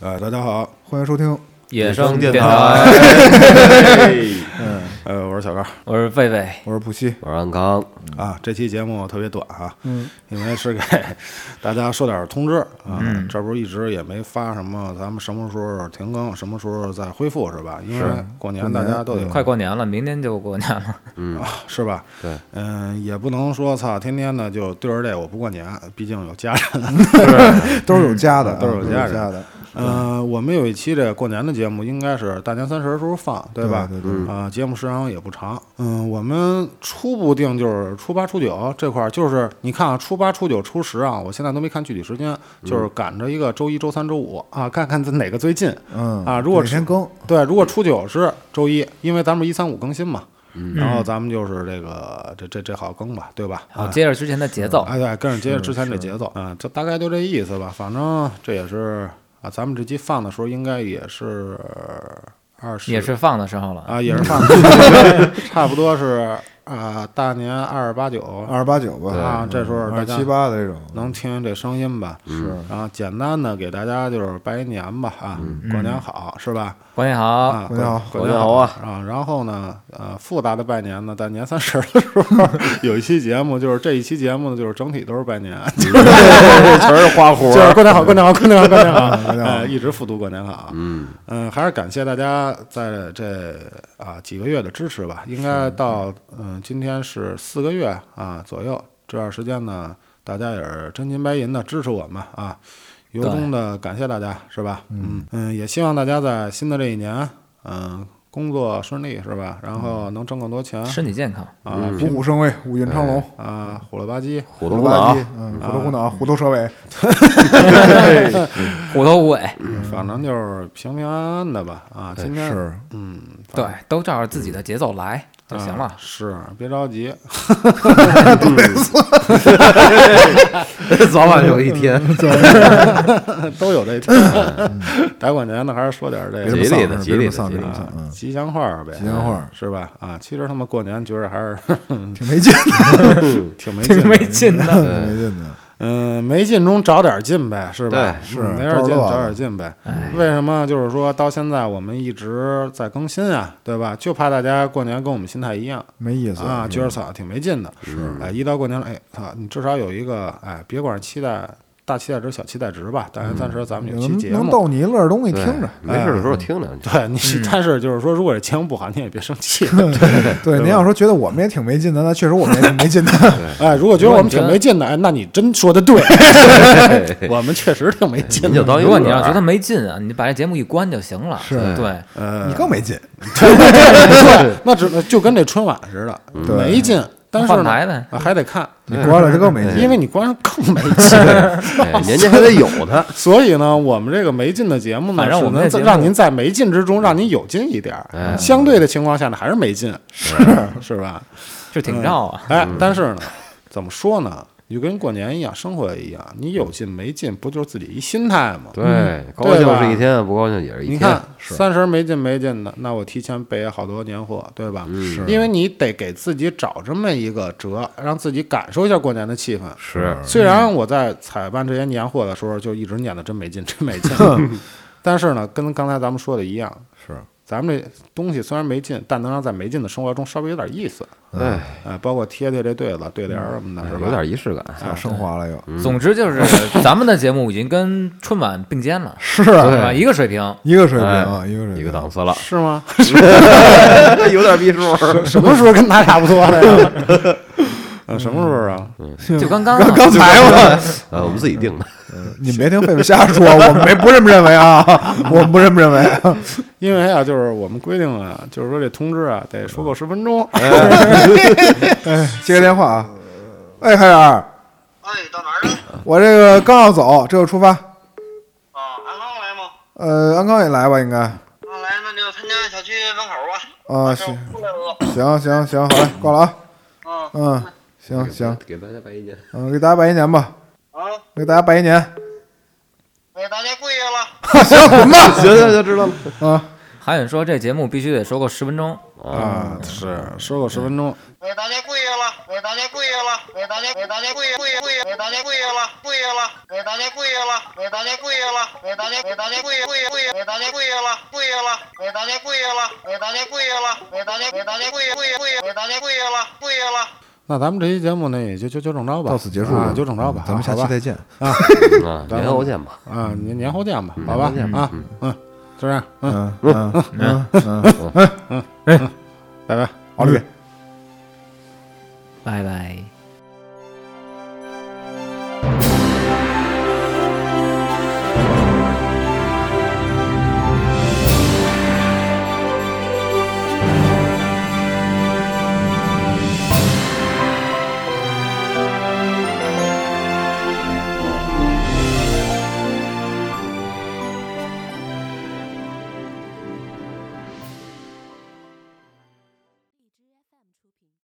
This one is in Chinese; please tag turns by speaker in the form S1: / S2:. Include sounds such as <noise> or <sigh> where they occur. S1: 呃，大家好，欢迎收听，
S2: 野生
S3: 电
S2: 台，
S1: 嗯，呃，我是小高，
S2: 我是贝贝，
S1: 我是普西
S3: 我是安康，
S1: 啊。这期节目特别短啊，
S2: 嗯，
S1: 因为是给 <laughs> 大家说点通知啊。这不是一直也没发什么，咱们什么时候停更，什么时候再恢复是吧？因为过年大家都得
S2: 快过年了，明天就过年了，
S1: 啊，是吧？
S3: 对，
S1: 嗯，也不能说操，天天的就对着这我不过年，毕竟有家人。
S4: 都是有家的啊，
S1: 嗯都是有
S4: 有
S1: 家的
S4: 家的。
S1: 呃，我们有一期这过年的节目，应该是大年三十的时候放，对吧？
S4: 对
S1: 对啊、节目时长也不长。嗯，我们初步定就是初八、初九这块儿，就是你看啊，初八、初九、初十啊，我现在都没看具体时间，
S4: 嗯
S1: 就是赶着一个周一周三周五啊，看看哪个最近。
S4: 嗯
S1: 啊如果
S4: 每天更，
S1: 对，如果初九是周一，因为咱们一三五更新嘛，
S4: 嗯
S1: 然后咱们就是这个这这这好更吧，对吧？
S2: 好，接着之前的节奏，
S1: 哎，对，跟着接着之前这节奏，嗯，就大概就这意思吧。反正这也是啊，咱们这期放的时候应该也是二十，
S2: 也是放的时候了，
S1: 啊，也是放的，差不多是啊，大年二十八九
S4: 二十八九吧，嗯
S1: 啊，这时候大
S4: 二
S1: 家
S4: 七八的这种，
S1: 能听见这声音吧？
S4: 是
S1: 然后简单的给大家就是拜一年吧，啊，过年好，是吧？
S2: 关系好，
S1: 啊，
S4: 过年好
S1: 过年
S3: 过年好啊！
S1: 啊，然后呢，呃，复杂的拜年呢，在年三十的时候 <laughs> 有一期节目，就是这一期节目呢，就是整体都是拜年，
S3: 全是花活
S1: 就。是过年好，过年好，过年 <laughs> 好，过年好，
S4: 过年好
S1: 呃一直复读过年好。嗯还是感谢大家在这啊几个月的支持吧。应该到嗯，今天是四个月啊左右这段时间呢，大家也是真金白银的支持我们啊，由衷的感谢大家，是吧？嗯嗯，也希望大家在新的这一年，嗯，工作顺利，是吧？然后能挣更多钱
S2: 身体健康，
S1: 啊
S4: 五虎生威，五运昌隆，
S1: 啊，虎了吧唧。
S3: 虎头
S4: 头
S3: 虎
S4: 八
S3: 脑
S1: 啊
S4: 鸡，嗯，虎头虎脑，虎头蛇尾，
S2: 虎头虎
S1: 啊
S2: 尾，
S1: 反正就是平平安安的吧啊！今天
S4: 是
S1: 嗯，
S2: 对，都照着自己的节奏来就行
S1: 啊
S2: <laughs> 了。
S1: 是，别着
S4: <laughs>
S1: 急，
S3: <laughs> 早晚有一天，
S1: 都有
S4: <laughs>
S1: 这天。打过年的还是说点这
S4: 嗯别
S1: 个
S4: 这么
S3: 吉利
S4: 丧
S3: 的
S4: 啊别这么丧，别这
S3: 吉利的吉利
S4: 么
S1: 啊
S4: 丧，嗯，
S1: 吉祥话儿呗，
S4: 吉祥话儿
S1: 是吧？啊，其实他们过年觉着还是
S4: 挺没劲的，
S1: <laughs> 挺没劲
S2: 挺没
S1: 的，
S2: 劲的，
S4: 挺没劲的，
S1: 嗯，没劲中找点劲呗，是吧？
S3: 对
S4: 是哎
S1: 嗯没点劲
S4: 着了
S1: 找点劲呗。为什么就是说到现在我们一直在更新啊，对吧？就怕大家过年跟我们心态一样。
S4: 没意思
S1: 啊，觉着操挺没劲的。是，哎，一到过年了，哎，操，你至少有一个，哎，别管是期待大期待值、小期待值吧，
S3: 嗯
S1: 但是暂时咱们有期
S4: 能
S1: 节
S4: 能
S1: 目。
S4: 逗你乐东西，听
S1: <laughs>
S4: 着，
S3: 没事的时候听着。
S1: 对你，
S3: 嗯
S1: 但是就是说，如果这节目不好，你也别生气。
S4: <laughs>
S1: <laughs>
S4: 对，您要说觉得我们也挺没劲的，那确实我们也挺没劲的，
S1: 哎，如果觉得我们挺没劲的，哎，那你真说的
S3: <laughs>
S1: 对，我们确实挺没劲
S3: 您
S1: 的。
S3: 就当一
S2: 如果你
S3: 乐
S2: 要
S3: 儿
S2: 觉得没劲啊，你就把这节目一关就行了。
S4: 是
S2: 对，
S1: 呃，
S4: 你更
S1: <laughs>
S4: 没劲，
S3: <laughs>
S1: 对，那只就跟这春晚似的，
S3: 嗯
S1: 没劲，但是
S2: 换
S1: 呢
S2: 台呗
S1: 啊还得看，
S4: 你关了就更没劲
S1: 因。为你关上更没劲。
S3: 哎人家还得有它，
S1: <laughs> 所以呢，我们这个没劲的节目呢，
S2: 反正我们
S1: 是
S2: 这
S1: 能让
S2: 节目嗯哎
S1: 您在没劲之中，让您有劲一点儿。相对的情况下呢，还是没劲，是 <laughs> 是吧？
S2: 是挺绕啊。
S1: 哎，但是呢，怎么说呢？你就跟过年一样，生活也一样，你有劲没劲，不就是自己一心态吗？
S3: 对，高兴是一天，不高兴也是一
S1: 你
S3: 天
S1: 看。三十没劲没劲的，那我提前备好多年货，对吧？
S3: 是
S1: 因为你得给自己找这么一个辙，让自己感受一下过年的气氛。
S3: 是，
S1: 虽然我在采办这些年货的时候就一直念的真没劲，真没劲，但是呢，跟刚才咱们说的一样，
S4: 是
S1: 咱们这东西虽然没劲，但能让在没劲的生活中稍微有点意思，
S3: 哎，
S1: 哎，包括贴贴这对子、对联儿什么的，是吧？
S3: 嗯有点仪式感。
S4: 啊升华了又，
S3: 嗯
S2: 总之就是咱们的节目已经跟春晚并肩了，
S4: 是
S2: 对
S4: 啊，
S2: 吧？一个水平，
S4: 一个水平啊，
S3: 哎，
S4: 一个水
S3: 一
S4: 平，
S3: 个档次了，
S1: 是吗？
S3: <laughs> 有点逼数。
S1: 什么时候跟他差不多的呀？呃，什么时候啊？
S2: 就刚刚
S4: 刚才我，
S3: <laughs> 呃，我们自己定的，
S4: 你们别听狒狒瞎说，我们没不这么认为啊，我们不这么认为。
S1: 因为啊，就是我们规定啊，就是说这通知啊得说够十分钟。
S4: 接个电话啊，哎，海尔，
S5: 哎，到哪儿了？
S4: 我这个刚要走，这就出发。
S5: 啊，安康来吗？
S4: 呃，安康也来吧，应该。
S5: 啊，来，那就参加小区门口吧。
S4: 啊，
S5: 这
S4: 行
S5: 出来
S4: 行
S5: 了。
S4: 行行，好嘞，挂了啊。
S5: 啊
S4: 嗯，行行，
S3: 给大家拜一年。
S4: 嗯，给大家拜一年吧，
S5: 啊，
S4: 给大家拜一年。 <laughs>
S5: 给大家跪下了。
S4: 行，滚吧。 <laughs>
S3: 行行行，知道了。
S4: 啊，
S2: 韩远说这节目必须得说够十分钟，
S3: 嗯
S1: 啊，是说够十分钟，
S5: 给大家跪下了，给大家跪下了，给大家给大家跪下跪下跪下，给大家跪下了，跪下了，给大家跪下了，给大家跪下了，给大家给大家跪下跪下跪下，给大家跪下了，跪下了，给大家跪下了，给大家跪下了，给大家给大家跪下跪下跪下，给大家跪下了，跪下了。
S1: 那咱们这期节目呢也就就就这么着吧，
S4: 到此结束
S1: 啊，
S4: 嗯
S1: 就这么着吧，
S4: 咱们下
S1: 好
S4: 期
S1: 吧
S4: 再见。
S3: 啊，
S1: 咱们
S3: 年后见吧，
S1: 啊，年年后见吧，好
S3: 年
S1: 吧
S3: 后见吧
S1: 啊，
S3: 嗯
S1: 嗯，就这样，嗯，
S4: 嗯嗯嗯嗯，
S1: 拜拜。
S4: 奥利。
S2: 拜拜。